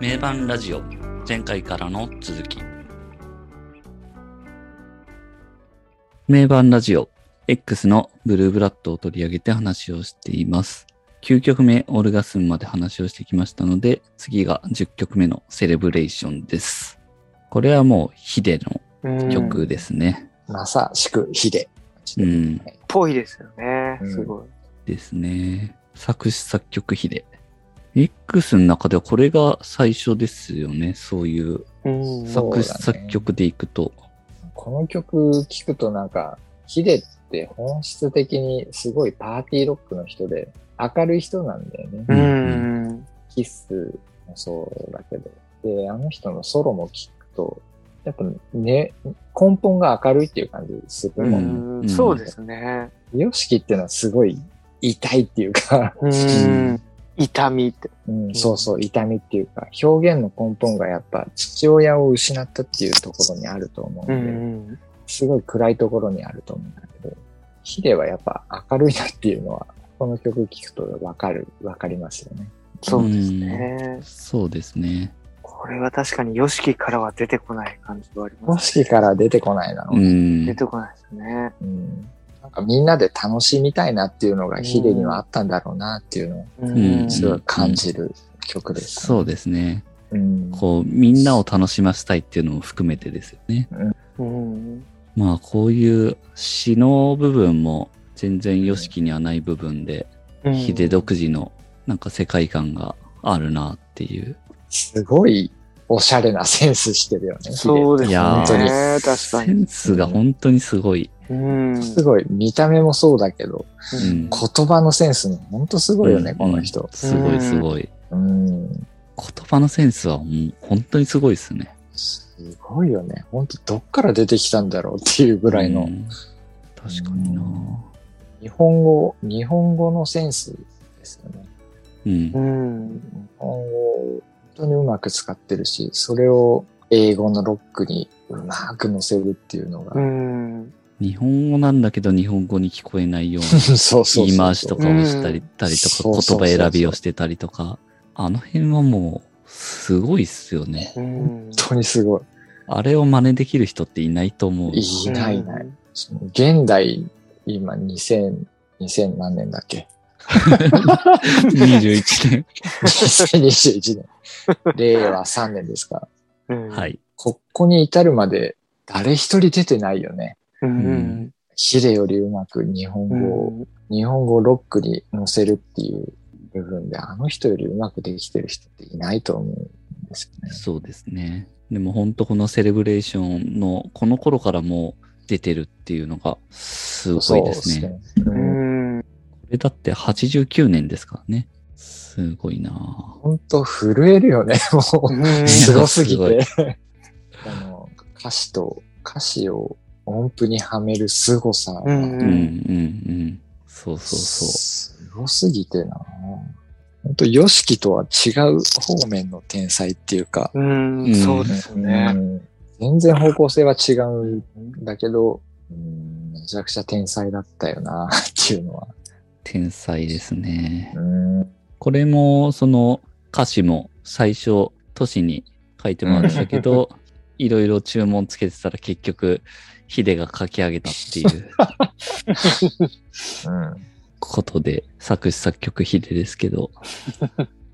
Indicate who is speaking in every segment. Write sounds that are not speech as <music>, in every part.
Speaker 1: 名盤ラジオ前回からの続き名盤ラジオ X のブルーブラッドを取り上げて話をしています9曲目オルガスムまで話をしてきましたので次が10曲目のセレブレーションですこれはもうヒデの曲ですね
Speaker 2: まさしくヒデ。
Speaker 1: うん、
Speaker 3: ぽいですよね。
Speaker 2: うん
Speaker 3: すごい。
Speaker 1: ですね作詞作曲ヒデ X の中ではこれが最初ですよねそういう
Speaker 3: うん
Speaker 2: そう
Speaker 1: 作
Speaker 2: だね
Speaker 1: 詞作曲でいくと、
Speaker 2: この曲聴くとなんか、ヒデって本質的にすごいパーティーロックの人で、明るい人なんだよね。
Speaker 1: う
Speaker 3: うんん。
Speaker 2: キスもそうだけど。で、あの人のソロも聴くと、やっぱね、根本が明るいっていう感じするもんね。
Speaker 1: ん
Speaker 3: うんそうですね。
Speaker 2: ヨシキっていうのはすごい痛いっていうか、
Speaker 3: うんん。痛みって。
Speaker 2: うん、そうそう、痛みっていうか、表現の根本がやっぱ父親を失ったっていうところにあると思う
Speaker 3: うん
Speaker 2: で、
Speaker 3: ん。
Speaker 2: すごい暗いところにあると思うんだけど、ヒデはやっぱ明るいなっていうのは、この曲聴くとわかる、わかりますよね。
Speaker 3: そうですね。
Speaker 1: そうですね。
Speaker 3: これは確かに、ヨシキからは出てこない感じはあり
Speaker 2: ヨ
Speaker 3: ます。
Speaker 2: シキから出てこないなの、
Speaker 1: う
Speaker 2: うん
Speaker 1: ん
Speaker 3: 出。てこないですね。
Speaker 2: なんかみんなで楽しみたいなっていうのがヒデにはあったんだろうなっていうのを
Speaker 3: うん
Speaker 2: すごい感じる曲です、
Speaker 1: そうですね。
Speaker 2: う。うん。
Speaker 1: こう、みんなを楽しませたいっていうのも含めてですよね。
Speaker 3: うん。
Speaker 1: まあ、こういう詩の部分も全然 YOSHIKI にはない部分で、
Speaker 3: うん
Speaker 1: ヒデ独自のなんか世界観があるなっていう。
Speaker 2: すごいおしゃれなセンスしてるよね、ヒ
Speaker 3: そうです
Speaker 1: い
Speaker 3: ね。
Speaker 1: や
Speaker 2: 本当に
Speaker 3: 確か
Speaker 1: セ
Speaker 3: に。
Speaker 1: ンスが本当にすごい。
Speaker 3: うん。
Speaker 2: デ。すごい、見た目もそうだけど、
Speaker 1: うん
Speaker 2: 言葉のセンスもほんとすごいよね、
Speaker 1: うん
Speaker 2: この人。
Speaker 1: すごいすごい。
Speaker 2: うん。
Speaker 1: 言葉のセンスはもう本当にすごいですね。
Speaker 2: すごいよね。ほんとどっから出てきたんだろうっていうぐらいうの。
Speaker 1: ん確かにな
Speaker 2: 日本語、日本語のセンスですよね。
Speaker 1: うん
Speaker 3: う。ん。
Speaker 2: 日本語を本当にうまく使ってるし、それを英語のロックにうまく乗せるっていうのが、
Speaker 3: うん。
Speaker 1: 日本語なんだけど日本語に聞こえないような
Speaker 2: <laughs> そうそうそう。
Speaker 1: 言い回しとかをしたりたりとか、
Speaker 2: う
Speaker 1: 言葉
Speaker 2: んそうそうそうそう
Speaker 1: 選びをしてたりとか、あの辺はもう、すごいっすよね。
Speaker 3: うん。
Speaker 2: 本当にすごい。
Speaker 1: あれを真似できる人っていないと思う。
Speaker 2: いないいない。その現代、今2000、2000何年だっ
Speaker 1: <laughs>
Speaker 2: け
Speaker 1: 21年。
Speaker 2: <laughs> ?2021 年。令和3年ですか。
Speaker 3: うん。
Speaker 1: は。い。
Speaker 2: ここに至るまで誰一人出てないよね。
Speaker 3: うん。
Speaker 2: ヒデよりうまく日本語を、日本語をロックに乗せるっていう部分で、あの人よりうまくできてる人っていないと思うんですよね。
Speaker 1: そうですね。でも本当このセレブレーションのこの頃からもう出てるっていうのがすごいですね。
Speaker 2: そう
Speaker 3: う
Speaker 2: ですね。
Speaker 3: ん。
Speaker 1: これだって89年ですからね。すごいな
Speaker 2: 本当震えるよね、もう。
Speaker 3: うん
Speaker 2: すごすぎ
Speaker 1: <laughs> すごい
Speaker 2: て。あの歌詞と、歌詞を音符にはめる凄さが、
Speaker 3: うん
Speaker 1: ぁ。うんうんうん。そうそうそ
Speaker 2: すごすぎてな本当ヨシキとは違う方面の天才っていうか、
Speaker 3: うん、そうです
Speaker 2: う
Speaker 3: ね。
Speaker 2: ん全然方向性は違うんだけど、うんめちゃくちゃ天才だったよな、 <laughs> っていうのは。
Speaker 1: う。天才ですね。
Speaker 2: うん
Speaker 1: これも、その歌詞も最初、都市に書いてもらってたけ
Speaker 2: <laughs>
Speaker 1: ど、いろいろ注文つけてたら結局、ヒデが書き上げたっていうことで、作詞作曲ヒデですけ
Speaker 2: <laughs>
Speaker 1: ど。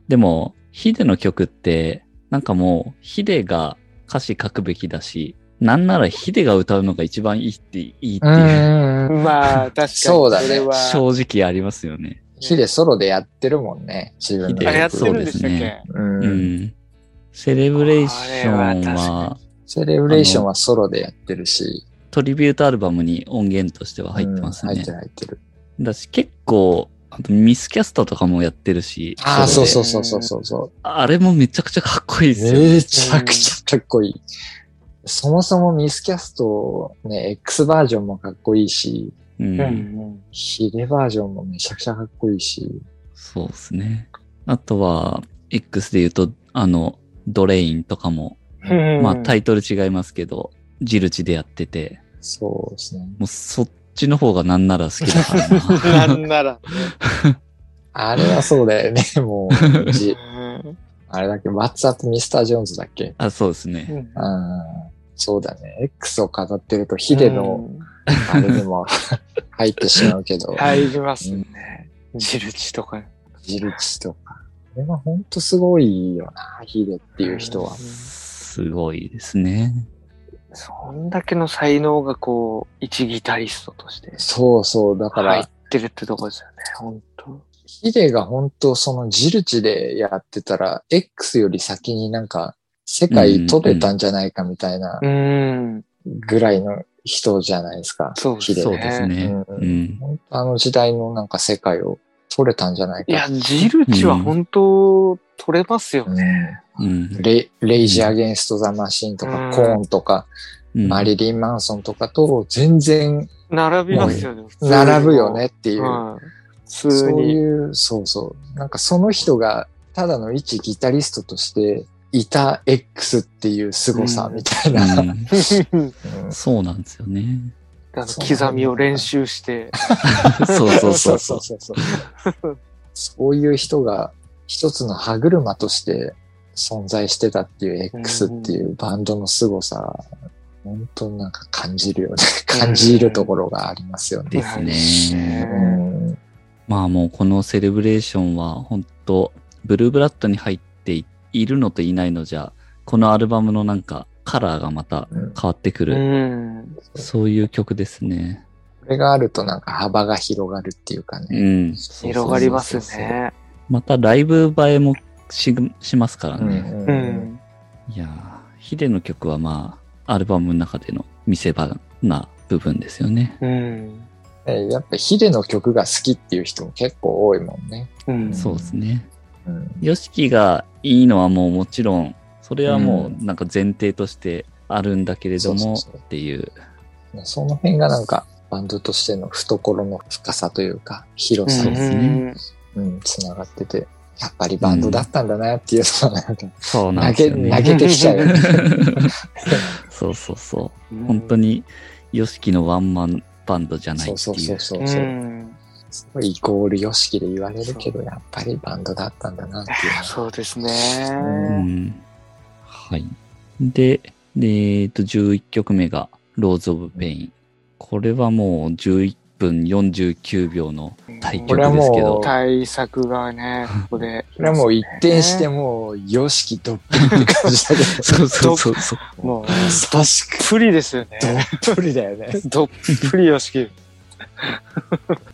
Speaker 1: でも、ヒデの曲って、なんかもう、ヒデが歌詞書くべきだし、なんならヒデが歌うのが一番いいって、いいって
Speaker 2: う
Speaker 1: いう、
Speaker 3: <laughs>
Speaker 2: ん。
Speaker 3: まあ、確かに。
Speaker 2: そうだね
Speaker 3: それは。
Speaker 1: 正直ありますよね。
Speaker 2: ヒデソロでやってるもんね、自分
Speaker 1: ヒ
Speaker 2: で。
Speaker 1: デ
Speaker 3: あれやって
Speaker 1: そ
Speaker 3: る
Speaker 1: うんで
Speaker 3: ですしたっ
Speaker 1: ね
Speaker 3: け
Speaker 2: うん
Speaker 1: うん。セレブレーション
Speaker 3: これは確
Speaker 1: は
Speaker 3: か、
Speaker 2: セレブレーションはソロでやってるし。
Speaker 1: トリビュートアルバムに音源としては入ってます
Speaker 2: うん
Speaker 1: ね
Speaker 2: 入って。る入ってる。
Speaker 1: だし結構、あとミスキャストとかもやってるし、
Speaker 2: ああ、
Speaker 1: ソ
Speaker 2: そ
Speaker 1: ロ
Speaker 2: う
Speaker 1: で
Speaker 2: そうそうそうそうそう。
Speaker 1: あれもめちゃくちゃかっこいいですよね。
Speaker 2: めちゃくちゃかっこいい。そもそもミスキャスト、ね、X バージョンもかっこいいし、
Speaker 1: うん
Speaker 3: うん。
Speaker 2: ヒデバージョンもめちゃくちゃかっこいいし。
Speaker 1: そうですね。あとは、X で言うと、あの、ドレインとかも、
Speaker 3: うん
Speaker 1: まあタイトル違いますけど、ジルチでやってて、
Speaker 2: そうですね。
Speaker 1: もうそっちの方がなんなら好きだから
Speaker 3: <laughs> な
Speaker 2: <laughs>
Speaker 1: な。
Speaker 3: んなら。
Speaker 2: あれはそうだよね、もう。じあれだっけ、What's Up Mr. Jones だっけ
Speaker 1: あ、そうですね。
Speaker 2: うん。そうだね。X を飾ってるとヒデの、あれでも入ってしまうけど
Speaker 3: うん、入りますね。ジルチとか。
Speaker 2: ジルチとか。これはほんとすごいよな、ヒデっていう人は。
Speaker 1: すごいですね。
Speaker 3: そんだけの才能がこう、一ギタリストとして
Speaker 2: そうそう。だから、
Speaker 3: 入ってるってとこですよね、本当
Speaker 2: ヒデが本当そのジルチでやってたら、X より先になんか世界取れたんじゃないかみたいな
Speaker 3: うん。
Speaker 2: ぐらいの人じゃないですか。
Speaker 3: そうです
Speaker 2: ヒデ
Speaker 1: そうですね。
Speaker 2: う
Speaker 1: うんん。
Speaker 2: 本当あの時代のなんか世界を取れたんじゃない
Speaker 3: い
Speaker 2: か。
Speaker 3: や、ジルチは本当、取れますよね。
Speaker 1: うん。
Speaker 2: レレイジアゲンスト・ザ・マシンとか、
Speaker 3: うん
Speaker 2: コーンとか、
Speaker 1: うん
Speaker 2: マリリン・マンソンとかと全然
Speaker 3: 並びますよね、普通に
Speaker 2: 並ぶよねっていう、
Speaker 3: はい普通
Speaker 2: そう
Speaker 3: に。
Speaker 2: いう、そうそう。なんかその人がただの一ギタリストとしていた X っていう凄さみたいな。
Speaker 1: う
Speaker 2: うん
Speaker 1: ん
Speaker 2: うん
Speaker 1: そうなんですよね。
Speaker 3: <laughs> あの刻みを練習して。
Speaker 1: そうそうそうそう。
Speaker 2: そうそうそう。そういう人が一つの歯車として存在してたっていう X っていうバンドの凄さ、本当になんか感じるよね。感じるところがありますよね。
Speaker 1: ですね
Speaker 2: うん
Speaker 1: まあもうこのセレブレーションは本当ブルーブラッドに入っているのといないのじゃ、このアルバムのなんかカラーがまた
Speaker 2: うん
Speaker 1: 変わってく
Speaker 3: う
Speaker 1: る、
Speaker 3: ん。
Speaker 1: そういう曲ですね。
Speaker 2: これがあるとなんか幅が広がるっていうか
Speaker 1: う
Speaker 2: ね。
Speaker 1: ん。
Speaker 3: 広がります
Speaker 2: そうそうそう
Speaker 3: ね。
Speaker 1: またライブ映えもししますから
Speaker 2: うん
Speaker 1: ね。
Speaker 2: うん
Speaker 3: う
Speaker 2: うん
Speaker 3: ん。
Speaker 1: いやーヒデの曲はまあ、アルバムの中での見せ場な部分ですよね。
Speaker 3: うん。
Speaker 2: えやっぱヒデの曲が好きっていう人も結構多いもんね。
Speaker 3: うん。
Speaker 1: そうですね。
Speaker 2: うん
Speaker 1: ヨシキがいいのはもうもちろん、それはもうなんか前提としてあるんだけれど
Speaker 2: そう
Speaker 1: も
Speaker 2: そうそう
Speaker 1: っていう。
Speaker 2: ねその辺がなんかバンドとしての懐の深さというか広さ
Speaker 1: そう
Speaker 2: に
Speaker 1: ですね
Speaker 2: うん、繋がってて、やっぱりバンドだったんだなっていうのはなんか、
Speaker 1: そうなん
Speaker 2: 投
Speaker 1: です
Speaker 2: げ、
Speaker 1: よ
Speaker 2: 投
Speaker 1: ね。
Speaker 2: げてき
Speaker 1: <laughs>
Speaker 2: ちゃうよね。
Speaker 1: そうそうそう。
Speaker 3: うん
Speaker 1: 本当にヨシキのワンマンバンドじゃない
Speaker 2: そ
Speaker 1: っ
Speaker 2: う
Speaker 1: て
Speaker 2: そう
Speaker 1: い
Speaker 2: そうう。そうう。そう。
Speaker 3: ん。
Speaker 2: すごいイコール様式で言われるけど、やっぱりバンドだったんだなって <laughs> いう
Speaker 3: そうですね。
Speaker 1: う。
Speaker 2: うん
Speaker 1: はい。で、でえっと、11曲目が、ローズ・オブ・ペイン。これはもう11分49秒の対
Speaker 2: こ
Speaker 1: 局
Speaker 2: れは
Speaker 1: ですけ
Speaker 2: も
Speaker 1: ど
Speaker 2: う。
Speaker 3: 対策が
Speaker 2: <laughs>
Speaker 3: ね、ここで。
Speaker 2: これはもう一転してもう、様式どっぷりって感じだけど、
Speaker 1: <laughs> そうそうそうそう。
Speaker 3: もう、
Speaker 2: 確か
Speaker 3: プリですよね。
Speaker 2: どっぷりだよね。
Speaker 3: どっぷりよしき。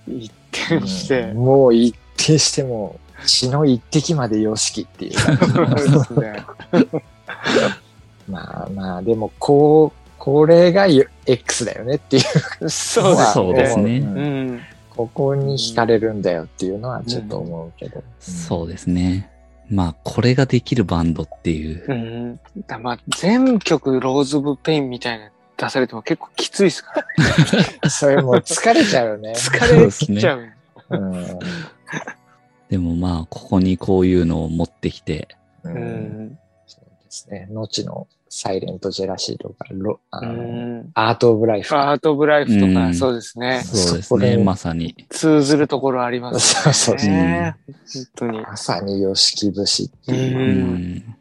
Speaker 3: 一転して。
Speaker 2: もう一転してもう、血の一滴まで様式っていう。 <laughs>
Speaker 3: そうですね
Speaker 2: まあまあ、でも、こう、これが X だよねっていう
Speaker 3: そうですね。
Speaker 1: そうですね
Speaker 2: うん
Speaker 3: うん。
Speaker 2: ここに惹かれるんだよっていうのはちょっと思うけど。
Speaker 1: そうですね。まあ、これができるバンドっていう。
Speaker 3: うん。だまあ、全曲ローズ・オブ・ペインみたいなの出されても結構きついですから。
Speaker 2: うん。それもう疲れちゃ
Speaker 3: <laughs>
Speaker 2: うよね。
Speaker 3: 疲れ切っちゃう。
Speaker 2: うん。
Speaker 1: でもまあ、ここにこういうのを持ってきて、
Speaker 2: う。
Speaker 3: うんん。
Speaker 2: そうですね。後のサイレントジェラシーとか、ロあ
Speaker 3: う
Speaker 2: の
Speaker 3: ん。
Speaker 2: アート・オブ・ライフか。
Speaker 3: アート・オブ・ライフと
Speaker 1: う
Speaker 3: か、
Speaker 1: ん
Speaker 3: そうですね。
Speaker 1: そうで
Speaker 2: そ
Speaker 1: す
Speaker 2: こで
Speaker 1: ね、まさに。
Speaker 3: 通ずるところありますよね。
Speaker 2: そう
Speaker 1: そう
Speaker 3: ね本当に。
Speaker 2: まさに吉木節っていう。
Speaker 1: う
Speaker 3: うん
Speaker 1: ん。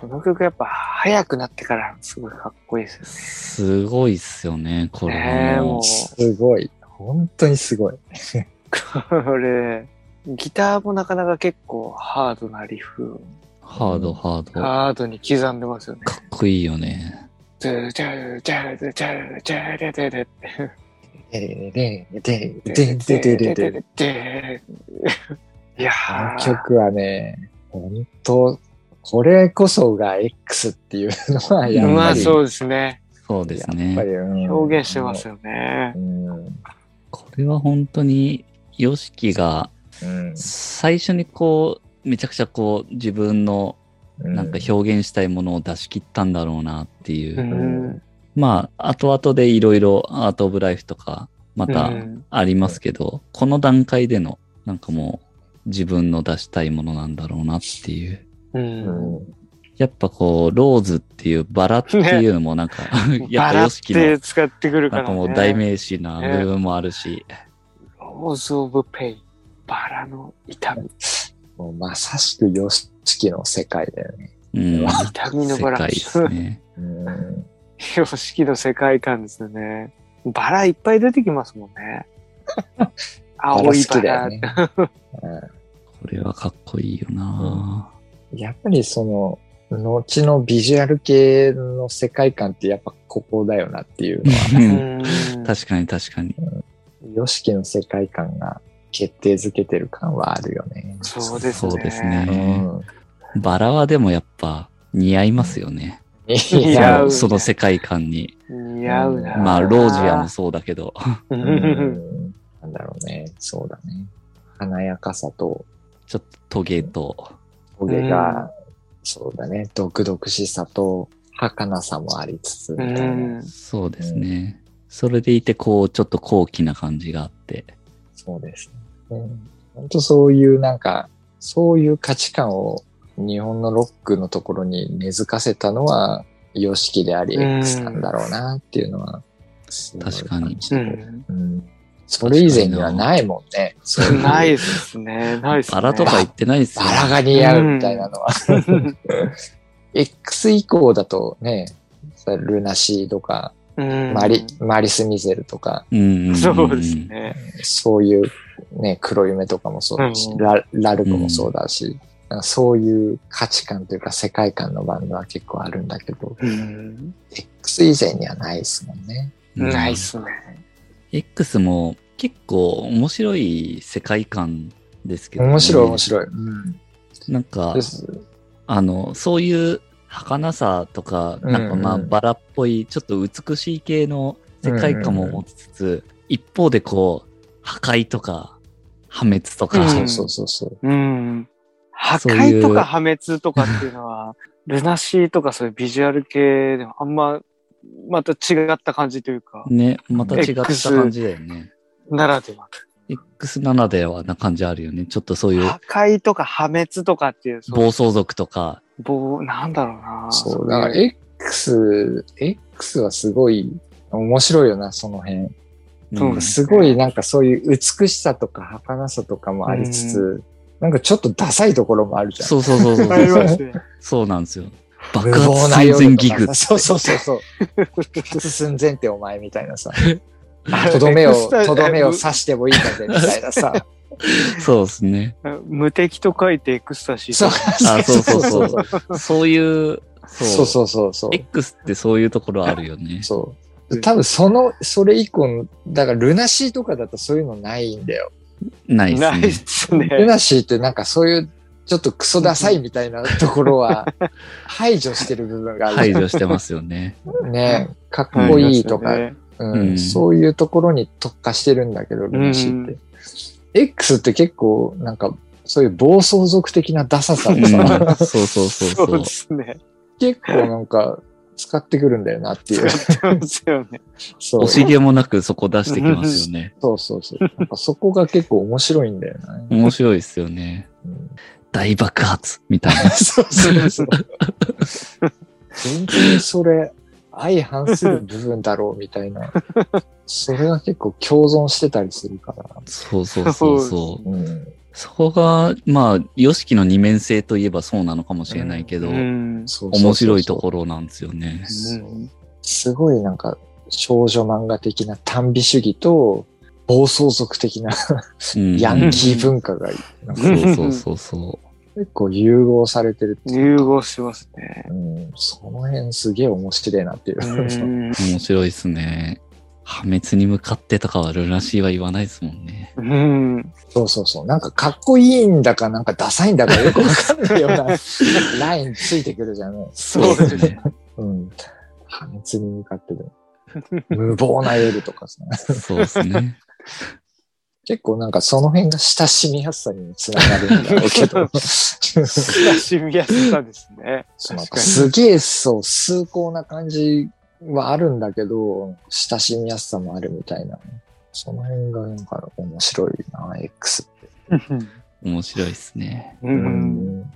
Speaker 3: この曲やっぱ早くなってからすごいかっこいいですよね。
Speaker 1: すごいっすよね、これ
Speaker 3: ねえ
Speaker 1: はも
Speaker 3: も
Speaker 1: う。
Speaker 2: すごい。本当にすごい。
Speaker 3: これ、ギターもなかなか結構ハードなリフ、
Speaker 1: ハード、ハード。か
Speaker 3: ハードに刻んでますよね。
Speaker 1: っこいいよね。
Speaker 3: ドゥチャルチャルチャルチャルチャルチャルって。
Speaker 2: ででで
Speaker 3: で
Speaker 2: ででででで
Speaker 3: いや
Speaker 2: こ
Speaker 3: ー
Speaker 2: の曲はね、本当これこそが X っていうのはやっぱり。
Speaker 3: まあそうですね。
Speaker 1: そうです
Speaker 2: やっぱり
Speaker 1: ね。
Speaker 2: うん
Speaker 3: 表現してますよね。
Speaker 2: うん。
Speaker 1: これは本当に、ヨシキが
Speaker 2: うん
Speaker 1: 最初にこう、めちゃくちゃこう、自分のなんか表現したいものを出し切ったんだろうなっていう。
Speaker 3: うん。
Speaker 1: まあ、後々でいろいろアート・オブ・ライフとか、また
Speaker 3: うん
Speaker 1: ありますけど、この段階での、なんかもう、自分の出したいものなんだろうなっていう。
Speaker 3: う
Speaker 2: うん
Speaker 3: ん。
Speaker 1: やっぱこう、ローズっていうバラっていうのもなんか、 <laughs> やっ
Speaker 3: <laughs> バ
Speaker 1: ぱ
Speaker 3: ラ
Speaker 1: ヨ
Speaker 3: っ
Speaker 1: シキの
Speaker 3: て、使ってくるか
Speaker 1: な
Speaker 3: ら
Speaker 1: ん
Speaker 3: ね。
Speaker 1: かもう代名詞な
Speaker 3: ね
Speaker 1: 部分もあるし、
Speaker 3: ローズ・オブ・ペイン。バラの痛み。
Speaker 2: もうまさしくヨシ知識の世界だよね。
Speaker 1: うん。
Speaker 3: 痛みの
Speaker 1: 世
Speaker 3: バラ
Speaker 1: 界ですね。
Speaker 2: うん。
Speaker 3: 様式の世界観ですよね。バラいっぱい出てきますもん
Speaker 1: <laughs>
Speaker 3: ね。
Speaker 2: バラ
Speaker 3: 青
Speaker 2: 好
Speaker 3: い
Speaker 2: き
Speaker 3: バ
Speaker 2: だよ
Speaker 3: ラ。
Speaker 2: ね。
Speaker 1: これはかっこいいよな
Speaker 2: やっぱりその、後のビジュアル系の世界観ってやっぱここだよなっていうのは、
Speaker 1: う
Speaker 3: うんん
Speaker 1: 確かに確かに。
Speaker 2: ヨシキの世界観が決定づけてる感はあるよね。
Speaker 3: そうですね。
Speaker 1: そうです
Speaker 2: う
Speaker 1: ね
Speaker 2: ん。
Speaker 1: バラはでもやっぱ似合いますよね。
Speaker 2: い
Speaker 3: 似 <laughs>
Speaker 2: や
Speaker 3: 合う
Speaker 1: その世界観に。
Speaker 3: 似合うな。
Speaker 1: まあ、ロージアもそうだけど。
Speaker 3: う。
Speaker 2: うんんなんだろうね。そうだね。華やかさと
Speaker 1: ちょっとトゲと。
Speaker 2: トゲが、そうだね。毒々しさと儚さもありつつみ
Speaker 3: う
Speaker 2: たいな。
Speaker 3: ん。
Speaker 1: そうですね。それでいて、こう、ちょっと高貴な感じがあって。
Speaker 2: そうですね。うん本当そういうなんか、そういう価値観を日本のロックのところに根付かせたのは、様式であり、
Speaker 3: うん
Speaker 2: X なんだろうなっていうのは、すごい
Speaker 1: 確かに
Speaker 2: 感じ
Speaker 3: う
Speaker 2: る
Speaker 3: ん
Speaker 2: うんそれ以前にはないもんね。そういう
Speaker 3: ないですね。ないですね。
Speaker 1: バラとか言ってないです
Speaker 2: バ
Speaker 1: よ。
Speaker 2: ラが似合うみたいなのは。X 以降だとね、ルナシーとか、
Speaker 3: うん
Speaker 2: マリ、マリス・ミゼルとか、
Speaker 1: うんうんうん。
Speaker 3: そうですね。
Speaker 2: そういう、ね、黒夢とかもそうだし、
Speaker 3: うん
Speaker 2: ララルクもそうだし、なんかそういう価値観というか世界観のバンドは結構あるんだけど、
Speaker 3: うん。
Speaker 2: X 以前にはないですもんね。
Speaker 1: うん
Speaker 3: ないっすね。
Speaker 1: X も結構面白い世界観ですけど、
Speaker 2: 面白い面白い。うん、
Speaker 1: い。なんか
Speaker 2: で、す
Speaker 1: あの、そういう儚さとか、
Speaker 2: うん
Speaker 1: なんかまあ、
Speaker 2: うん
Speaker 1: バラっぽい、ちょっと美しい系の世界観も持ちつつ、一方でこう、破壊とか、破滅とか、
Speaker 3: うん
Speaker 2: そうそうそう
Speaker 3: うん。破
Speaker 1: そういう
Speaker 3: 壊とか破滅とかっていうのは、ルナシーとかそういうビジュアル系でもあんま、また違った感じというか、
Speaker 1: ね、また違った
Speaker 3: X
Speaker 1: 感じだよね。
Speaker 3: ならでは。
Speaker 1: X ならではな感じあるよね。ちょっとそういう
Speaker 3: 破壊とか破滅とかっていう、そう
Speaker 1: 暴走族とか、
Speaker 3: 棒、なんだろうな。
Speaker 2: そう。
Speaker 3: い
Speaker 2: だから X、X はすごい面白いよな、その辺。
Speaker 3: そう
Speaker 1: うん
Speaker 2: すごいなんかそういう美しさとか儚さとかもありつつ、なんかちょっとダサいところもあるじゃん。
Speaker 1: そうそうそうそう
Speaker 3: あり
Speaker 1: そ
Speaker 3: ま
Speaker 1: う。
Speaker 3: すね。
Speaker 1: そうなんですよ。爆
Speaker 2: 無謀
Speaker 1: 発
Speaker 2: な
Speaker 1: 寸
Speaker 2: 夜
Speaker 1: 前
Speaker 2: と
Speaker 1: ギグ
Speaker 2: かさ。。そうそうそうそう。爆発寸前ってお前みたいなさ。と
Speaker 3: と <laughs>
Speaker 2: どめを、とどめを刺してもいいんだぜみたいなさ。
Speaker 1: そうですね。
Speaker 3: 無敵と書いてエクスタシー。
Speaker 2: そう
Speaker 1: あそうそうそう
Speaker 2: そう。
Speaker 1: そういう、そう
Speaker 2: そうそうそうそう。
Speaker 1: X ってそういうところあるよね。
Speaker 2: そう多分その、それ以降の、だからルナシーとかだとそういうのないんだよ。
Speaker 1: ないで
Speaker 3: ないっ
Speaker 1: すね。
Speaker 3: すね。
Speaker 2: ルナシーってなんかそういう、ちょっとクソダサいみたいなところは、排除してる部分があ
Speaker 1: 排
Speaker 2: る。
Speaker 1: 除してますよね。
Speaker 2: ねかっこいいとか、う
Speaker 1: うん
Speaker 2: ん、そういうところに特化してるんだけど、ルナシーって。X って結構、なんか、そういう暴走族的なダサさ
Speaker 1: うん
Speaker 2: をさ、
Speaker 1: そうそうそう
Speaker 3: そ
Speaker 1: そうう
Speaker 3: で。すね。
Speaker 2: 結構なんか、使ってくるんだよなっていう。
Speaker 3: 使ってますよね。
Speaker 2: そう
Speaker 1: 惜しげもなくそこ出してきますよね。
Speaker 2: そうそうそう。なんかそこが結構面白いんだよな。
Speaker 1: 面白いですよね。
Speaker 2: うん
Speaker 1: 大爆発みたい
Speaker 2: <laughs>
Speaker 1: な。
Speaker 2: そうそうそう。全然それ、相反する部分だろうみたい
Speaker 1: <laughs>
Speaker 2: な。それが結構共存してたりするから。
Speaker 1: そうそうそう
Speaker 3: そ
Speaker 1: そう。
Speaker 2: うん、
Speaker 1: そこが、まあ、ヨシキの二面性といえばそうなのかもしれないけど、
Speaker 3: うん。
Speaker 2: そうそうそうそう
Speaker 1: 面白いところなんですよね。
Speaker 3: うん
Speaker 2: すごいなんか少女漫画的な短美主義と暴走族的な
Speaker 1: うん
Speaker 2: ヤンキー文化がなんか
Speaker 1: そうそうそうそ
Speaker 2: 結構融合されてる、
Speaker 3: 融合してますね。
Speaker 2: うん、その辺すげえ面白いなっていうう。
Speaker 3: ん
Speaker 1: う。 <laughs> 面白いですね。破滅に向かってとかはルナシーは言わないですもんね。
Speaker 3: うん。
Speaker 2: そうそうそう。なんかかっこいいんだかなんかダサいんだかよくわかんないようなラインついてくるじゃん。
Speaker 3: そうですね。
Speaker 2: うん。破滅に向かってる。無謀な夜とかさ。
Speaker 1: そうですね。
Speaker 2: 結構なんかその辺が親しみやすさにつながるんだろうけど。
Speaker 3: 親しみやすさですね。
Speaker 2: そうなん
Speaker 3: 確
Speaker 2: か
Speaker 3: かに
Speaker 2: すげえそう、崇高な感じはあるんだけど、親しみやすさもあるみたいな。その辺がなんか面白いな、X って。
Speaker 1: 面白いですね。
Speaker 3: う。
Speaker 2: うんん。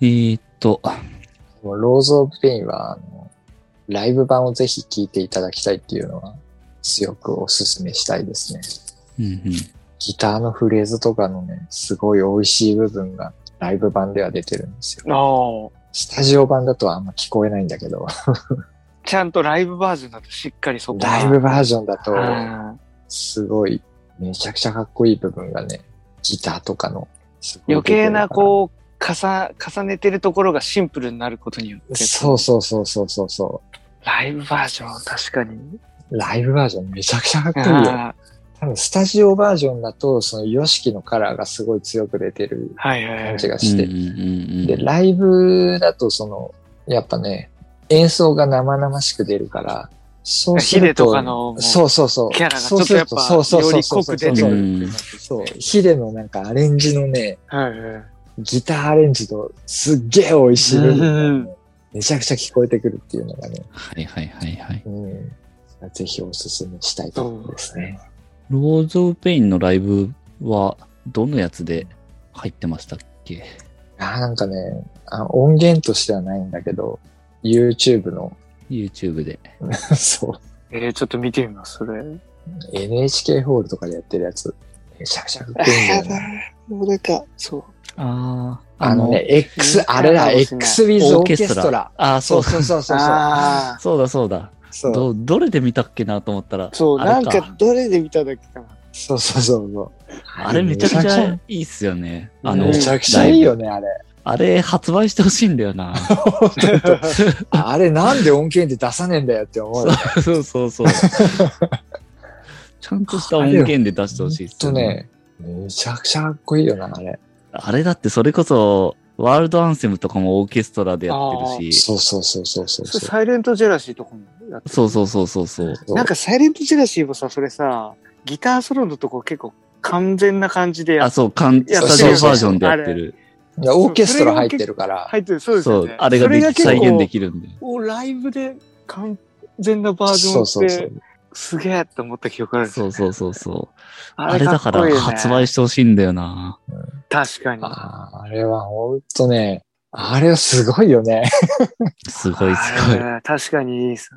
Speaker 1: えー、っと、
Speaker 2: もうローズ・オブ・ペインは、あの、ライブ版をぜひ聴いていただきたいっていうのは、強くお勧めしたいですね。
Speaker 1: うんうん、
Speaker 2: ギターのフレーズとかのね、すごい美味しい部分がライブ版では出てるんですよ。
Speaker 3: ああ。
Speaker 2: スタジオ版だとあんま聞こえないんだけど、
Speaker 3: ちゃんとライブバージョンだとしっかりそこは
Speaker 2: ライブバージョンだと、
Speaker 3: うん
Speaker 2: すごい、めちゃくちゃかっこいい部分がね、ギターとかの、すごい
Speaker 3: 余計な
Speaker 2: ところ
Speaker 3: こう、重、重ねてるところがシンプルになることによっ
Speaker 2: が
Speaker 3: て。
Speaker 2: そうそうそうそうそうそ
Speaker 3: ライブバージョン、確かに。
Speaker 2: う。ライブバージョンめちゃくちゃかっこいいよ。
Speaker 3: ああ
Speaker 2: 多分スタジオバージョンだと、その YOSHIKI のカラーがすごい強く出てる
Speaker 3: はいはいは
Speaker 2: 感
Speaker 3: い
Speaker 2: じ。がして、
Speaker 1: うんうんうん
Speaker 2: で、ライブだとその、やっぱね、演奏が生々しく出るから、そうす
Speaker 3: ヒ
Speaker 2: る
Speaker 3: デ
Speaker 2: と、
Speaker 3: とかのもう
Speaker 2: そうそうそう。
Speaker 3: キャラがちょっとやっぱ、
Speaker 2: そうそうそ
Speaker 3: よ
Speaker 2: うそう
Speaker 3: り
Speaker 2: そう
Speaker 3: 濃
Speaker 2: そう
Speaker 3: く出てくるっていう感じ
Speaker 2: そう、ヒデのなんかアレンジのね、
Speaker 3: はいはい。
Speaker 2: ギターアレンジとすっげえ美味しい部分がねめちゃくちゃ聞こえてくるっていうのがね、
Speaker 1: はいはいはいはい。
Speaker 2: うん、ぜひおすすめしたいところですね。
Speaker 1: ローズ・オブ・ペインのライブは、どのやつで入ってましたっけ
Speaker 2: あなんかねあ、音源としてはないんだけど、YouTube の、 <laughs>
Speaker 1: ?YouTube で。
Speaker 2: そう、
Speaker 3: えー、ちょっと見てみます、それ。
Speaker 2: NHK ホールとかでやってるやつ、めちゃくちゃかっこいいんだよ <laughs> ね。
Speaker 3: もうなんか、そう。
Speaker 1: ああ、
Speaker 2: あのね、X、あれだ、X with オーケストラ。
Speaker 1: ああ、
Speaker 2: そ
Speaker 1: そうう
Speaker 2: そうそうそうそう。
Speaker 3: ああ。
Speaker 1: そうだそうだ。
Speaker 2: そう
Speaker 1: ど、どれで見たっけなと思ったら。
Speaker 3: そう、
Speaker 1: あ
Speaker 3: な
Speaker 1: れ
Speaker 3: んか、どれで見ただけかな。
Speaker 2: そうそうそう。
Speaker 1: あれめちゃくち
Speaker 2: めちゃ
Speaker 1: ゃ
Speaker 2: く
Speaker 1: いいっすよね。
Speaker 2: ちゃ
Speaker 1: あの、
Speaker 2: めちゃくちゃいいよね、あれ。
Speaker 1: あれ発売してほしいんだよな。
Speaker 3: <laughs>
Speaker 2: あれなんで音源で出さねえんだよって思う。
Speaker 1: そうそうそう。ちゃんとした音源で出してほしいっ
Speaker 2: ほん
Speaker 1: す
Speaker 2: と
Speaker 1: よね。
Speaker 2: ね、めちゃくちゃかっこいいよな、あれ。
Speaker 1: あれだってそれこそ、ワールドアンセムとかもオーケストラでやってるし。
Speaker 2: そうそうそうそうそう
Speaker 3: それ
Speaker 2: そ
Speaker 3: サイレントジェラシーとかもやってる
Speaker 1: そうそうそうそうそう。
Speaker 2: う。
Speaker 3: なんか、サイレントジェラシーもさ、それさ、ギターソロのとこ結構完全な感じでや
Speaker 1: あ、
Speaker 3: っ
Speaker 1: そう、かんス
Speaker 3: や
Speaker 1: タジオバージョンでやってる。
Speaker 2: いやオーケストラ入ってるから、
Speaker 3: 入ってる、そうです
Speaker 1: そ
Speaker 3: よ
Speaker 1: う
Speaker 3: ね。、
Speaker 1: あれができ
Speaker 3: そ
Speaker 1: 再
Speaker 3: 結構
Speaker 1: 現できるんで。
Speaker 3: おライブで完全なバージョン
Speaker 2: そ
Speaker 3: っ
Speaker 2: うそうそ
Speaker 3: て
Speaker 2: う。
Speaker 3: すげえって思った記憶がある。
Speaker 1: そうそうそうそう。
Speaker 3: あ
Speaker 1: あれだか
Speaker 3: っこいい
Speaker 1: ら
Speaker 3: よね
Speaker 1: 発売してほしいんだよな。
Speaker 3: 確かに。
Speaker 2: あーあれはほんとね、あれはすごいよね。 <laughs>
Speaker 1: すごいすごい。
Speaker 3: あれ確かにいいです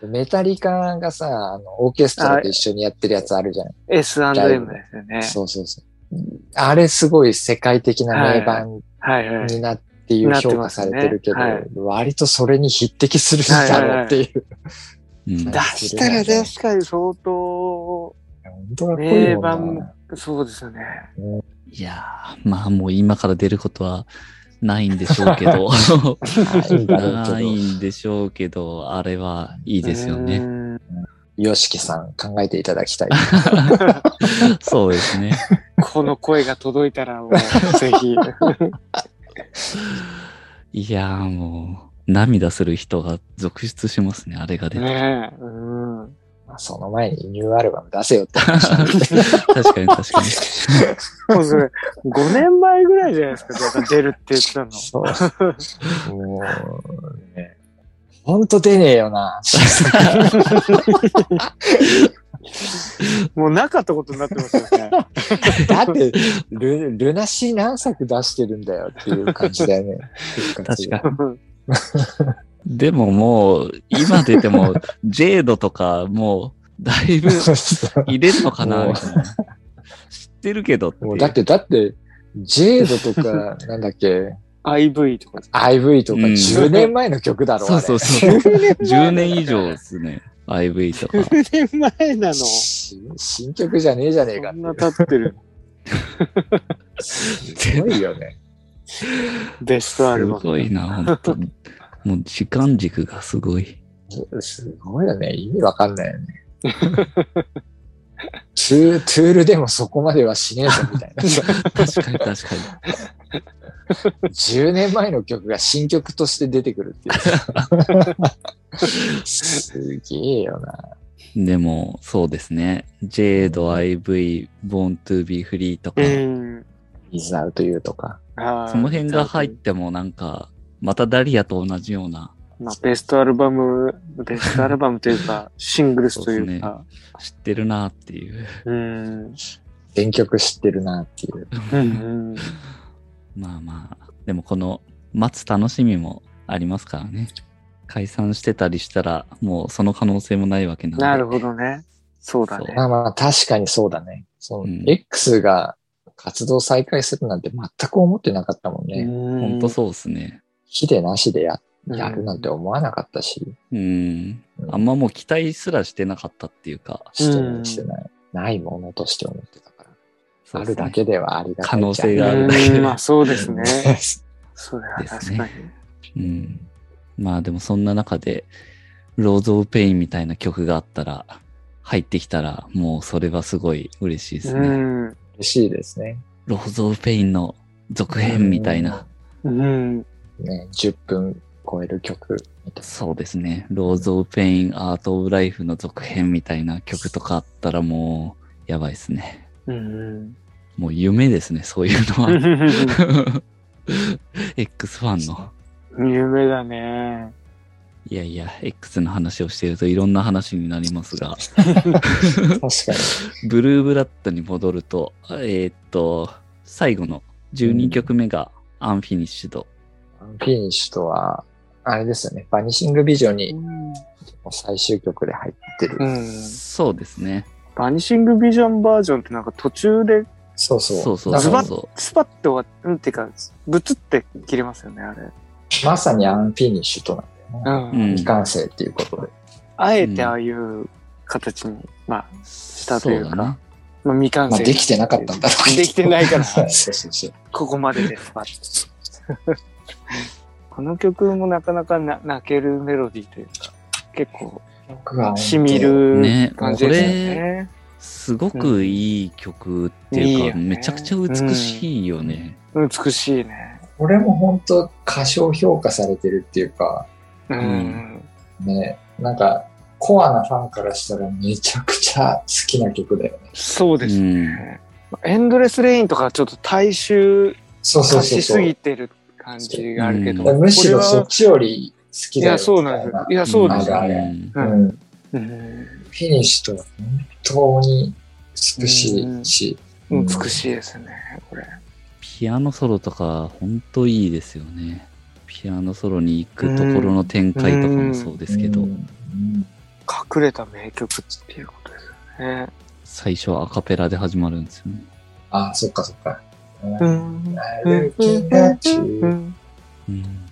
Speaker 3: よね。
Speaker 2: メタリカがさ、あの、オーケストラと一緒にやってるやつあるじゃない。
Speaker 3: S&M ですよね。
Speaker 2: そうそうそう。あれすごい世界的な名盤
Speaker 3: はいはい。
Speaker 2: になっていう評価されてるけど、
Speaker 3: なってます
Speaker 2: 割とそれに匹敵するんだろうっていう。
Speaker 1: うん
Speaker 2: だ
Speaker 3: 出したら確かに相当、
Speaker 2: <laughs> 本当かっこいいもん
Speaker 3: 名
Speaker 2: な
Speaker 3: 盤そうですよね。
Speaker 1: いやー、まあもう今から出ることはないんでしょうけ
Speaker 2: <laughs>
Speaker 1: ど。
Speaker 2: ないんだろうけ
Speaker 1: な
Speaker 2: ど。
Speaker 1: いんでしょうけど、あれはいいですよ
Speaker 2: <laughs>
Speaker 1: ね。
Speaker 3: ね。
Speaker 2: よしきさん考えていただき
Speaker 1: <laughs>
Speaker 2: たい。
Speaker 1: そうですね。
Speaker 3: この声が届いたらもう、ぜ
Speaker 1: <laughs>
Speaker 3: ひ。
Speaker 1: いやーもう、涙する人が続出しますね、あれが <laughs> 出たら
Speaker 3: ねえ。うん。
Speaker 2: まあその前にニューアルバム出せよって
Speaker 1: <laughs>
Speaker 2: 話。
Speaker 1: 確かに確かに。
Speaker 3: もうそれ、5年前ぐらいじゃないですか、だから出るって言ってたの。
Speaker 2: そう。もう、ね。ほんと出ねえよな。
Speaker 1: <laughs>
Speaker 2: <laughs>
Speaker 3: もうなかったことになってますよね。
Speaker 2: だってル、ルナシー何作出してるんだよっていう感じだ
Speaker 1: <laughs>
Speaker 2: よね。
Speaker 1: 確かに。 <laughs> でももう、今出ても、ジェードとか、もう、だいぶ入れるのかな、みたいな。知ってるけどっていう
Speaker 2: もうだって、だって、ジェードと
Speaker 1: <laughs>
Speaker 2: か、なんだっけ、
Speaker 3: IV とか。
Speaker 2: IV とか
Speaker 1: うん
Speaker 2: 10年前の曲だろ、
Speaker 1: そうそうそう。10年以上
Speaker 3: 10
Speaker 1: ですね。IV とか。
Speaker 3: 年前なの。
Speaker 2: あれ新新曲じゃねえじゃねえか
Speaker 3: そ
Speaker 2: っ
Speaker 3: ん
Speaker 2: てい
Speaker 3: な
Speaker 2: う。
Speaker 3: 経ってる。
Speaker 1: <laughs>
Speaker 2: すごいよね。
Speaker 3: ベストア
Speaker 1: す
Speaker 3: ルバム。
Speaker 1: ごいな、本当に。もう時間軸がすごい。
Speaker 2: すごいよね。意味わかんないよね。ツートゥールでもそこまではしねえぞみたいな。 <laughs>
Speaker 1: 確かに確かに。
Speaker 2: 10年前の曲が新曲として出てくるっていう。すげえよな。
Speaker 1: でも、そうですね。ジェード、IV、Born to be Free とか、
Speaker 3: うん。
Speaker 2: イズアウトユーとか。
Speaker 3: はい
Speaker 1: その辺が入ってもなんか、またダリアと同じような、
Speaker 3: まあ、ベストアルバム、ベストアルバムというか、シングルスというか。
Speaker 1: 知ってるなっていう。
Speaker 3: うん。
Speaker 2: 全曲知ってるなっていう。
Speaker 3: うん。
Speaker 1: まあまあ、でもこの、待つ楽しみもありますからね。解散してたりしたら、もうその可能性もないわけなんで。
Speaker 3: なるほどね。そうだね。
Speaker 2: まあまあ確かにそうだね。その
Speaker 1: うん
Speaker 2: X が活動再開するなんて全く思ってなかったもんね。
Speaker 1: ほんとそうですね。
Speaker 2: 火でなしでや
Speaker 3: うん
Speaker 2: やるなんて思わなかったし、
Speaker 1: うん。あんまもう期待すらしてなかったっていうか、
Speaker 2: して
Speaker 3: う
Speaker 2: なんい、してない。ないものとして思ってたから。
Speaker 1: そう
Speaker 2: あ
Speaker 1: っす
Speaker 2: る
Speaker 1: ね
Speaker 2: だけではありがたいじゃん。
Speaker 1: 可能性
Speaker 3: う
Speaker 1: があるだけ
Speaker 3: ーんまあそうですね。
Speaker 1: <laughs>
Speaker 3: それは
Speaker 1: です
Speaker 3: 確か
Speaker 1: ね
Speaker 3: に。。
Speaker 1: うん。まあでもそんな中で、ローズ・オブ・ペインみたいな曲があったら、入ってきたら、もうそれはすごい嬉しいです
Speaker 3: う
Speaker 1: ね。
Speaker 3: ん。
Speaker 2: 嬉しいですね。
Speaker 1: ローズ・オブ・ペインの続編みたいな。
Speaker 3: うん。
Speaker 2: ね、10分超える曲みたい
Speaker 1: そうですね。ローズ・オブ・ペイン、アート・オブ・ライフの続編みたいな曲とかあったらもう、やばいですね。
Speaker 3: うん。
Speaker 1: もう夢ですね、そういうのは。X ファンの。
Speaker 3: <laughs> 夢だね。
Speaker 1: いやいや、X の話をしているといろんな話になりますが、
Speaker 2: な。確かに。
Speaker 1: ブルーブラッドに戻ると、えーっと、最後の12曲目がアンフィニッシュド。
Speaker 2: フィニッシュとは、あれですよね。バニシングビジョンに
Speaker 3: うん
Speaker 2: 最終曲で入ってる。
Speaker 3: うん。
Speaker 1: そうですね。
Speaker 3: バニシングビジョンバージョンってなんか途中で
Speaker 2: そうそう。
Speaker 1: そうそう
Speaker 2: だ
Speaker 1: そ
Speaker 2: か
Speaker 1: う
Speaker 2: ら
Speaker 1: そ
Speaker 3: スパッて終わって、うんっていうか、ブツって切れますよね、あれ。
Speaker 2: まさにアンフィニッシュとなんだよ
Speaker 1: う。
Speaker 2: ね。
Speaker 1: うん
Speaker 2: 未。完成っていうことで。
Speaker 3: あえてああいう形に、まあ、
Speaker 1: そ
Speaker 3: たというか
Speaker 1: うだね。
Speaker 3: まあ、未完
Speaker 2: まあ、
Speaker 3: 成。
Speaker 2: できてなかったんだろうけど
Speaker 3: できてないから
Speaker 2: <laughs> そうそうそう。
Speaker 3: ここまででスパッと。 <laughs> この曲もなかなかな泣けるメロディーというか、結構、
Speaker 2: 僕は本当
Speaker 3: しみ。る
Speaker 1: ね
Speaker 3: 感じですよね。
Speaker 1: すごくいい曲っていうか、
Speaker 3: うんいいよね
Speaker 1: めちゃくちゃ美しいよね。
Speaker 3: 美しいね。
Speaker 2: これも本当過小評価されてるっていうか、
Speaker 3: うん。
Speaker 2: ね、なんか、コアなファンからしたらめちゃくちゃ好きな曲だよね。
Speaker 3: そう
Speaker 1: う
Speaker 3: ですね。
Speaker 1: ん。
Speaker 3: エンドレスレインとかちょっと大衆
Speaker 2: そうそ
Speaker 3: 化
Speaker 2: うそう
Speaker 3: し
Speaker 2: そ
Speaker 3: すぎ
Speaker 2: う。
Speaker 3: てる感じがあるけど。
Speaker 1: うん
Speaker 2: むしろそっ
Speaker 3: こ
Speaker 2: ちより好き
Speaker 3: れ
Speaker 2: だよ
Speaker 3: は
Speaker 2: み
Speaker 3: いや、そうなんですよ。いや、そうですよ。
Speaker 2: よね
Speaker 1: うん
Speaker 2: たいな
Speaker 3: う
Speaker 2: うん。
Speaker 3: うん
Speaker 2: フィニッシュとは本当に美しいし、
Speaker 3: 美
Speaker 2: うん
Speaker 3: しいですね、これ。
Speaker 1: ピアノソロとか、ほんといいですよね。ピアノソロに行くところの展開とかもそうですけ
Speaker 2: う
Speaker 1: ど、
Speaker 2: ん
Speaker 3: 隠れた名曲っていうことですよね。
Speaker 1: 最初はアカペラで始まるんですよね。
Speaker 2: あ、そっかそっか。
Speaker 3: うん。
Speaker 2: I looking at you,
Speaker 1: うん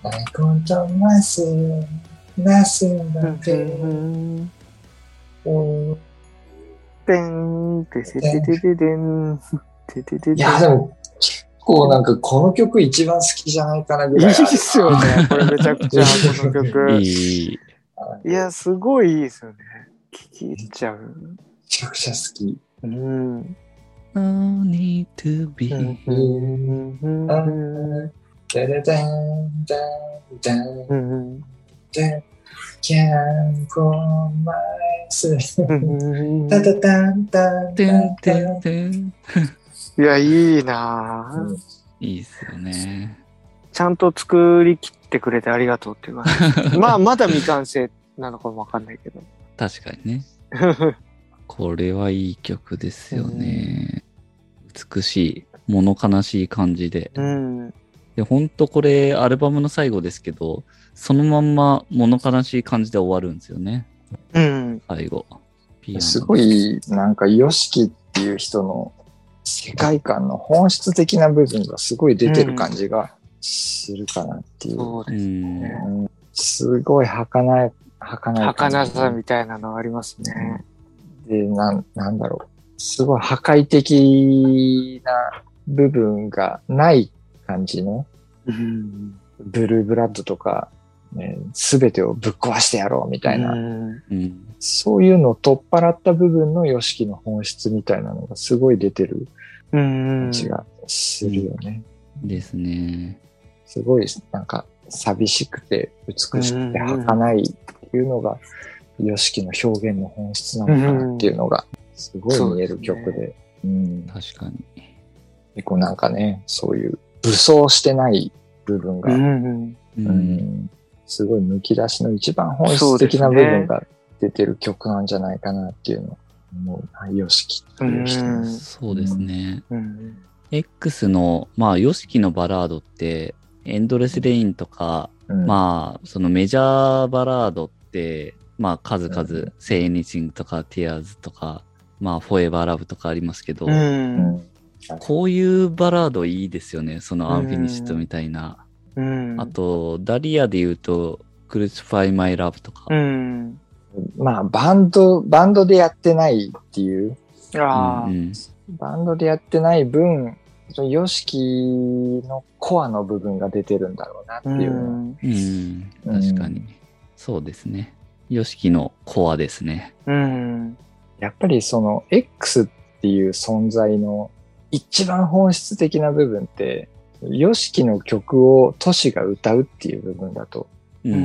Speaker 2: I can't do nothing, nothing but pain. いや、でも、結構なんかこの曲一番好きじゃないかなぐ
Speaker 3: いい
Speaker 2: ら
Speaker 3: っ
Speaker 2: い。
Speaker 3: すよね、 <laughs> これめちゃくちゃ、この曲。
Speaker 1: い
Speaker 3: い
Speaker 1: い、いい。
Speaker 3: や、すごいいいですよね。聴き入っちゃう。
Speaker 2: めちゃくちゃ好き。
Speaker 3: うん。
Speaker 1: No need to be
Speaker 2: ダダダンダンダン
Speaker 3: うん。
Speaker 2: ダン Can't go my s ダダダンダン
Speaker 1: て
Speaker 2: ダ
Speaker 1: ん
Speaker 2: ンダ
Speaker 1: てん
Speaker 2: ン。
Speaker 1: てん。
Speaker 3: いや、いいなぁ。
Speaker 1: いいっすよね。
Speaker 3: ちゃんと作りきってくれてありがとうっていう <laughs> 感じ。まあ、まだ未完成なのかもわかんないけど。
Speaker 1: 確かにね。これはいい曲ですよね。美しい、物悲しい感じで。
Speaker 3: うん。
Speaker 1: で、ほんとこれ、アルバムの最後ですけど、そのまんま物悲しい感じで終わるんですよね。
Speaker 3: うん。
Speaker 1: 最後。ピアノ。
Speaker 2: すごい、なんか、ヨシキっていう人の世界観の本質的な部分がすごい出てる感じがするかなっていう。
Speaker 3: そう
Speaker 1: う
Speaker 3: です。
Speaker 1: ん。
Speaker 2: うんすごい儚い、儚い。
Speaker 3: 儚さみたいなのありますね。
Speaker 2: で、なん、なんだろう。すごい破壊的な部分がない感じの、
Speaker 3: うん。
Speaker 2: ブルーブラッドとか、すべてをぶっ壊してやろうみたいな、
Speaker 3: うん
Speaker 1: うん。
Speaker 2: そういうのを取っ払った部分の YOSHIKI の本質みたいなのがすごい出てる
Speaker 3: うん。
Speaker 2: 感じがするよね。
Speaker 1: ですね。
Speaker 2: すごい、なんか、寂しくて、美しくて、
Speaker 3: うん
Speaker 2: 儚いっていうのが、ヨシキの表現の本質なのかなっていうのが、すごい見える曲
Speaker 3: そうで
Speaker 2: で、うん、
Speaker 1: 確かに。
Speaker 2: 結構なんかね、そういう、武装してない部分
Speaker 3: う
Speaker 2: が、
Speaker 3: ん。
Speaker 1: う。
Speaker 2: うんんすごいむき出しの一番本質的な部分が出てる曲なんじゃないかなっていうのを思う。ヨシキっていう人
Speaker 3: うん
Speaker 1: そうですね。
Speaker 3: うん。
Speaker 1: X の、まあ、YOSHIKI のバラードって、エンドレスレインとか、
Speaker 2: あ、
Speaker 1: まあ、そのメジャーバラードって、まあ、数
Speaker 2: う
Speaker 1: 々、Say Anything とか、Tears とか、まあ、Forever Love とかありますけど、
Speaker 3: うん。
Speaker 2: ん
Speaker 1: こういうバラードいいですよね。そのアンフィニッシュドみたいな。
Speaker 3: うん。
Speaker 1: あと、ダリアで言うと、クルチファイマイラブとか。
Speaker 3: うん。
Speaker 2: まあ、バンド、バンドでやってないっていう、
Speaker 3: ああ
Speaker 1: う。ん
Speaker 2: バンドでやってない分、その YOSHIKI のコアの部分が出てるんだろうなって
Speaker 3: う
Speaker 2: いうの
Speaker 3: ん。
Speaker 2: は。
Speaker 1: うん、
Speaker 2: う
Speaker 1: うんん確かに。そうですね。ヨシキのコアですね。
Speaker 3: うん。
Speaker 2: やっぱりその X っていう存在の一番本質的な部分って、YOSHIKI の曲をトシが歌うっていう部分だと
Speaker 1: うん
Speaker 3: う
Speaker 1: うん。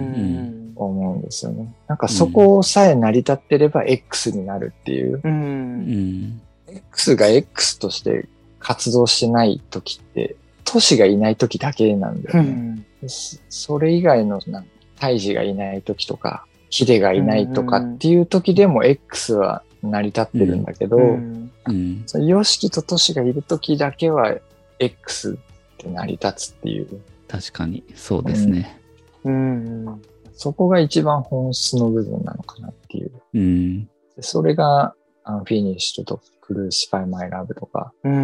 Speaker 3: ん。
Speaker 2: 思うんですよね。なんかそこさえ成り立ってれば X になるっていう。
Speaker 3: う。
Speaker 1: うんん。
Speaker 2: X が X として活動してない時って、都市がいない時だけなんだ
Speaker 3: う
Speaker 2: よね。
Speaker 3: ん。
Speaker 2: そそれ以外のなんか、胎児がいない時とか、ヒデがいないとかっていう時でも X は成り立ってるんだけど、
Speaker 3: うん。
Speaker 1: うん。
Speaker 2: そのヨシキと都市がいる時だけは X って成り立つっていう、
Speaker 1: 確かに。そうですね。
Speaker 3: うん。
Speaker 2: そこが一番本質の部分なのかなっていう。
Speaker 1: うん。
Speaker 2: でそれが、アンフィニッシュとクルーシファイマイラブとか、
Speaker 3: う。
Speaker 1: うん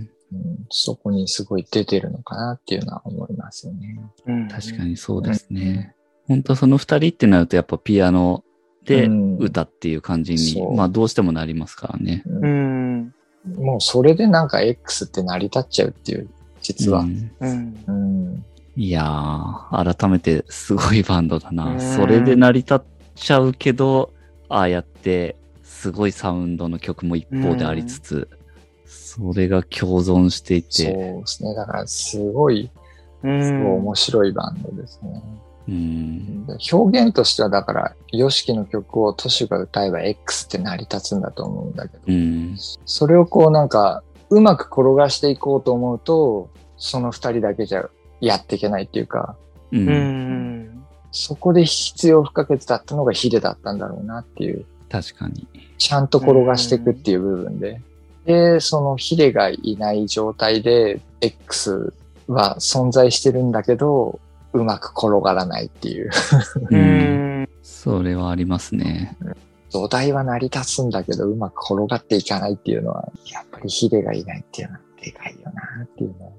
Speaker 1: ん。
Speaker 2: うん、そこにすごい出てるのかなっていうのは思いますよね。
Speaker 3: うん。
Speaker 1: 確かにそうですね。本当その二人ってなるとやっぱピアノで
Speaker 2: うん
Speaker 1: 歌っていう感じに、
Speaker 2: そう
Speaker 1: まあどうしてもなりますからね。
Speaker 3: う
Speaker 2: う
Speaker 3: んん。
Speaker 2: もうそれでなんか X って成り立っちゃうっていう、実は
Speaker 1: う。ん
Speaker 3: うん。
Speaker 2: うん。
Speaker 1: いやー、改めてすごいバンドだな。
Speaker 3: うん
Speaker 1: それで成り立っちゃうけど、ああやってすごいサウンドの曲も一方でありつつ、それが共存してい
Speaker 2: そう
Speaker 1: て、
Speaker 2: ですね。だからすごい、
Speaker 3: う
Speaker 2: すごい
Speaker 3: ん。
Speaker 2: 面白いバンドですね。
Speaker 1: うん、
Speaker 2: で表現としてはだから、YOSHIKI の曲をトシが歌えば X って成り立つんだと思うんだけど、
Speaker 1: うん、
Speaker 2: それをこうなんか、うまく転がしていこうと思うと、その二人だけじゃやっていけないっていうか、
Speaker 1: う、
Speaker 3: うんん。
Speaker 2: そこで必要不可欠だったのがヒデだったんだろうなっていう。
Speaker 1: 確かに。
Speaker 2: ちゃんと転がしていくっていう部分で。で、そのヒデがいない状態で、X は存在してるんだけど、うまく転がらないっていう。
Speaker 1: う、
Speaker 3: うんん。
Speaker 1: それはありますね。
Speaker 2: 土台は成り立つんだけど、うまく転がっていかないっていうのは、やっぱりヒデがいないっていうのはでかいよなっていうのは。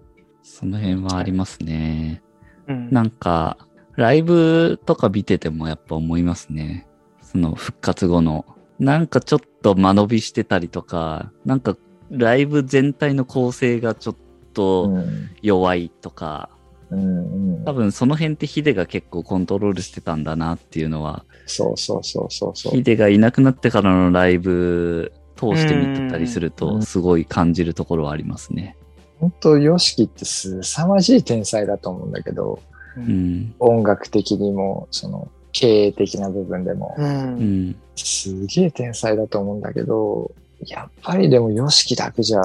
Speaker 1: その辺はありますね。
Speaker 3: うん。
Speaker 1: なんか、ライブとか見ててもやっぱ思いますね。その復活後の。なんかちょっと間延びしてたりとか、なんかライブ全体の構成がちょっ
Speaker 2: う
Speaker 1: と
Speaker 2: ん。
Speaker 1: 弱いとか、
Speaker 2: うんうん
Speaker 1: 多。分その辺ってヒデが結構コントロールしてたんだなっていうのは、
Speaker 2: そうそうそうそうそう
Speaker 1: ヒ。デがいなくなってからのライブ通して見てたりする
Speaker 2: うんうんう
Speaker 1: と、
Speaker 2: ん
Speaker 1: すごい感じるところはありますね。
Speaker 2: 本当ヨシキってすさまじい天才だと思うんだけど、
Speaker 1: うん。
Speaker 2: 音楽的にも、その、経営的な部分でも、
Speaker 3: うん。
Speaker 1: うん。
Speaker 2: すげえ天才だと思うんだけど、やっぱりでも YOSHIKI だけじゃ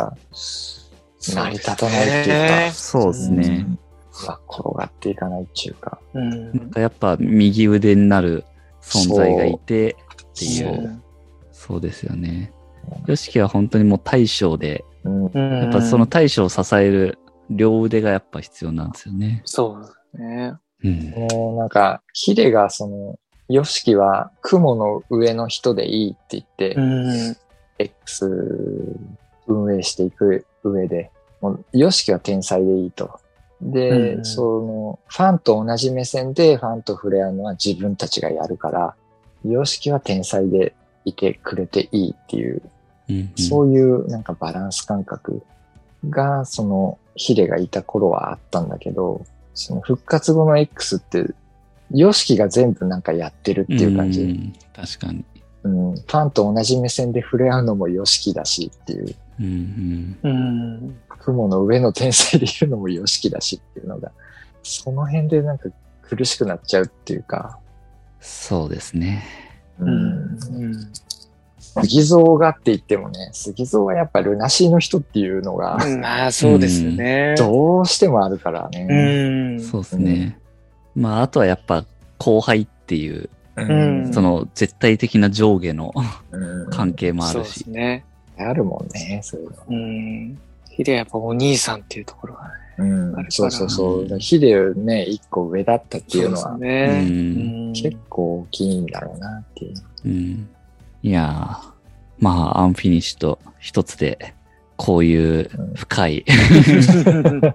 Speaker 2: 成り立たないっていうか、
Speaker 1: そうですね。
Speaker 2: うわ転がっていかないっていうか、
Speaker 3: う
Speaker 1: なん
Speaker 3: ん。
Speaker 1: かやっぱ右腕になる存在がいてってい、
Speaker 2: そうう
Speaker 1: そうですよね。ヨシキは本当にもう大将で、
Speaker 2: うん、
Speaker 3: うん。
Speaker 1: やっぱその、大将を支える両腕がやっぱ必要なんですよね。
Speaker 3: そうですね。
Speaker 1: うん。
Speaker 2: もうなんか、ヒデがその、YOSHIKI は雲の上の人でいいって言って、
Speaker 3: うん。
Speaker 2: X 運営していく上で、もう YOSHIKI は天才でいいと。で、
Speaker 3: うん
Speaker 2: その、ファンと同じ目線でファンと触れ合うのは自分たちがやるから、YOSHIKI は天才でいてくれていいっていう、
Speaker 1: うん
Speaker 2: そういうなんかバランス感覚が、その、ヒデがいた頃はあったんだけど、その復活後の X って、YOSHIKI が全部なんかやってるっていう感じ。
Speaker 1: ん確かに。
Speaker 2: うん、ファンと同じ目線で触れ合うのも YOSHIKI だしっていう。
Speaker 1: うんうん。
Speaker 3: うん。
Speaker 2: 雲の上の天才でいるのも YOSHIKI だしっていうのが、その辺でなんか苦しくなっちゃうっていうか、
Speaker 1: そうですね。
Speaker 2: う
Speaker 3: うんん。うん。
Speaker 2: 杉蔵がって言ってもね、杉蔵はやっぱルナシーの人っていうのが、
Speaker 3: まあ、そうですね。
Speaker 2: どうしてもあるから
Speaker 3: う
Speaker 2: ね。
Speaker 3: ん。
Speaker 1: そうですね。まあ、あとはやっぱ後輩っていう、
Speaker 3: うん
Speaker 1: その絶対的な上下の
Speaker 2: うん
Speaker 1: 関係もあ
Speaker 3: そう
Speaker 1: る
Speaker 3: で
Speaker 1: し
Speaker 3: す。ね。
Speaker 2: あるもんね、そういうの。
Speaker 3: うん。ヒデはやっぱお兄さんっていうところがね。
Speaker 2: う
Speaker 3: あるから
Speaker 2: ん、そうそうそう。ヒデよりね、一個上だったっていうのは、
Speaker 3: そうです
Speaker 1: う
Speaker 3: ね。
Speaker 1: ん
Speaker 3: うん
Speaker 2: 結構大きいんだろうなっていう。
Speaker 1: うん。いやー、まあ、アンフィニッシュと一つでこういう深い、 <laughs>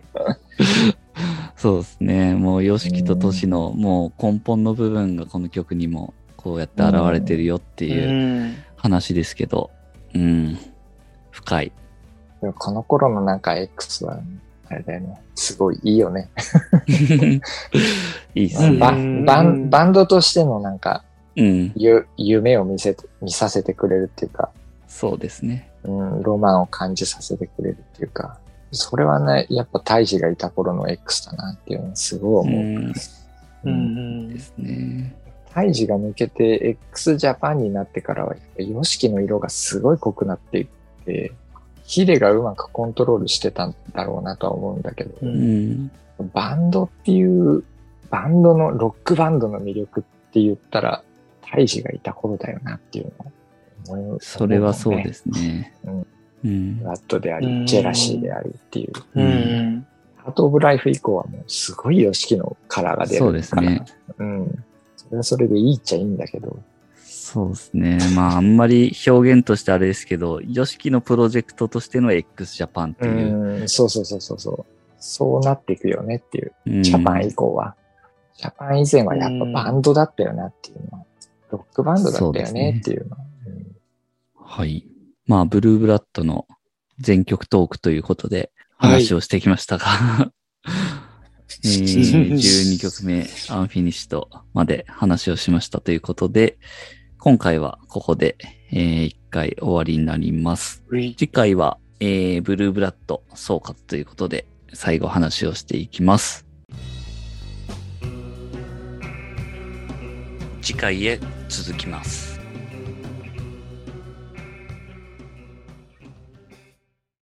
Speaker 1: そうですね。もう、ヨシキとトシの、もう根本の部分がこの曲にも、こうやって現れてるよっていう話ですけど、うん、深い。 <laughs>
Speaker 2: でもこの頃のなんか X は、あれだよね。すごいいいよね。
Speaker 1: いいっす
Speaker 2: バ
Speaker 1: ね。
Speaker 3: うん
Speaker 2: ンバンバンドとしてのなんか、
Speaker 1: うん、
Speaker 2: ゆ夢を見せて、見させてくれるっていうか、
Speaker 1: そうですね。
Speaker 2: うん、ロマンを感じさせてくれるっていうか、それはね、やっぱ大使がいた頃の X だなっていうのはすごいう思う。
Speaker 1: ん、で
Speaker 2: うん
Speaker 1: すね。
Speaker 2: 胎児が抜けて x ジャパンになってからは、やっぱ YOSHIKI の色がすごい濃くなっていって、ヒデがうまくコントロールしてたんだろうなとは思うんだけど、
Speaker 1: うん、
Speaker 2: バンドっていう、バンドの、ロックバンドの魅力って言ったら、胎児がいた頃だよなっていうのを思い。
Speaker 1: それはそうですすね
Speaker 2: うん。
Speaker 1: うん、
Speaker 2: ラットであ
Speaker 3: うん
Speaker 2: り、ジェラシーでありっていう。
Speaker 1: うん
Speaker 2: ハート・オブ・ライフ以降はもうすごい YOSHIKI のカラーが出る
Speaker 1: そうですね。
Speaker 2: から。うん。それはそれでいいっちゃいいんだけど。
Speaker 1: そうですね。まあ、あんまり表現としてあれですけど、ヨシキのプロジェクトとしての x ジャパンっていう。
Speaker 2: うん、そうそうそうそうそう。そうなっていくよねっていう。
Speaker 1: うん
Speaker 2: ジャパン以降は。ジャパン以前はやっぱバンドだったよなっていうのは。ロックバンドだ
Speaker 1: そう
Speaker 2: った
Speaker 1: で
Speaker 2: よ
Speaker 1: すね
Speaker 2: ねっていうのは。うん
Speaker 1: はい。まあ、ブルーブラッドの全曲トークということで
Speaker 3: はい
Speaker 1: 話をしてきましたが、えー12曲目、アンフィニッシュとまで話をしましたということで、今回はここで、えー一回終わりになります。
Speaker 3: うん
Speaker 1: 次回は、えーブルーブラッド総括ということで、最後話をしていきます。次回へ続きます。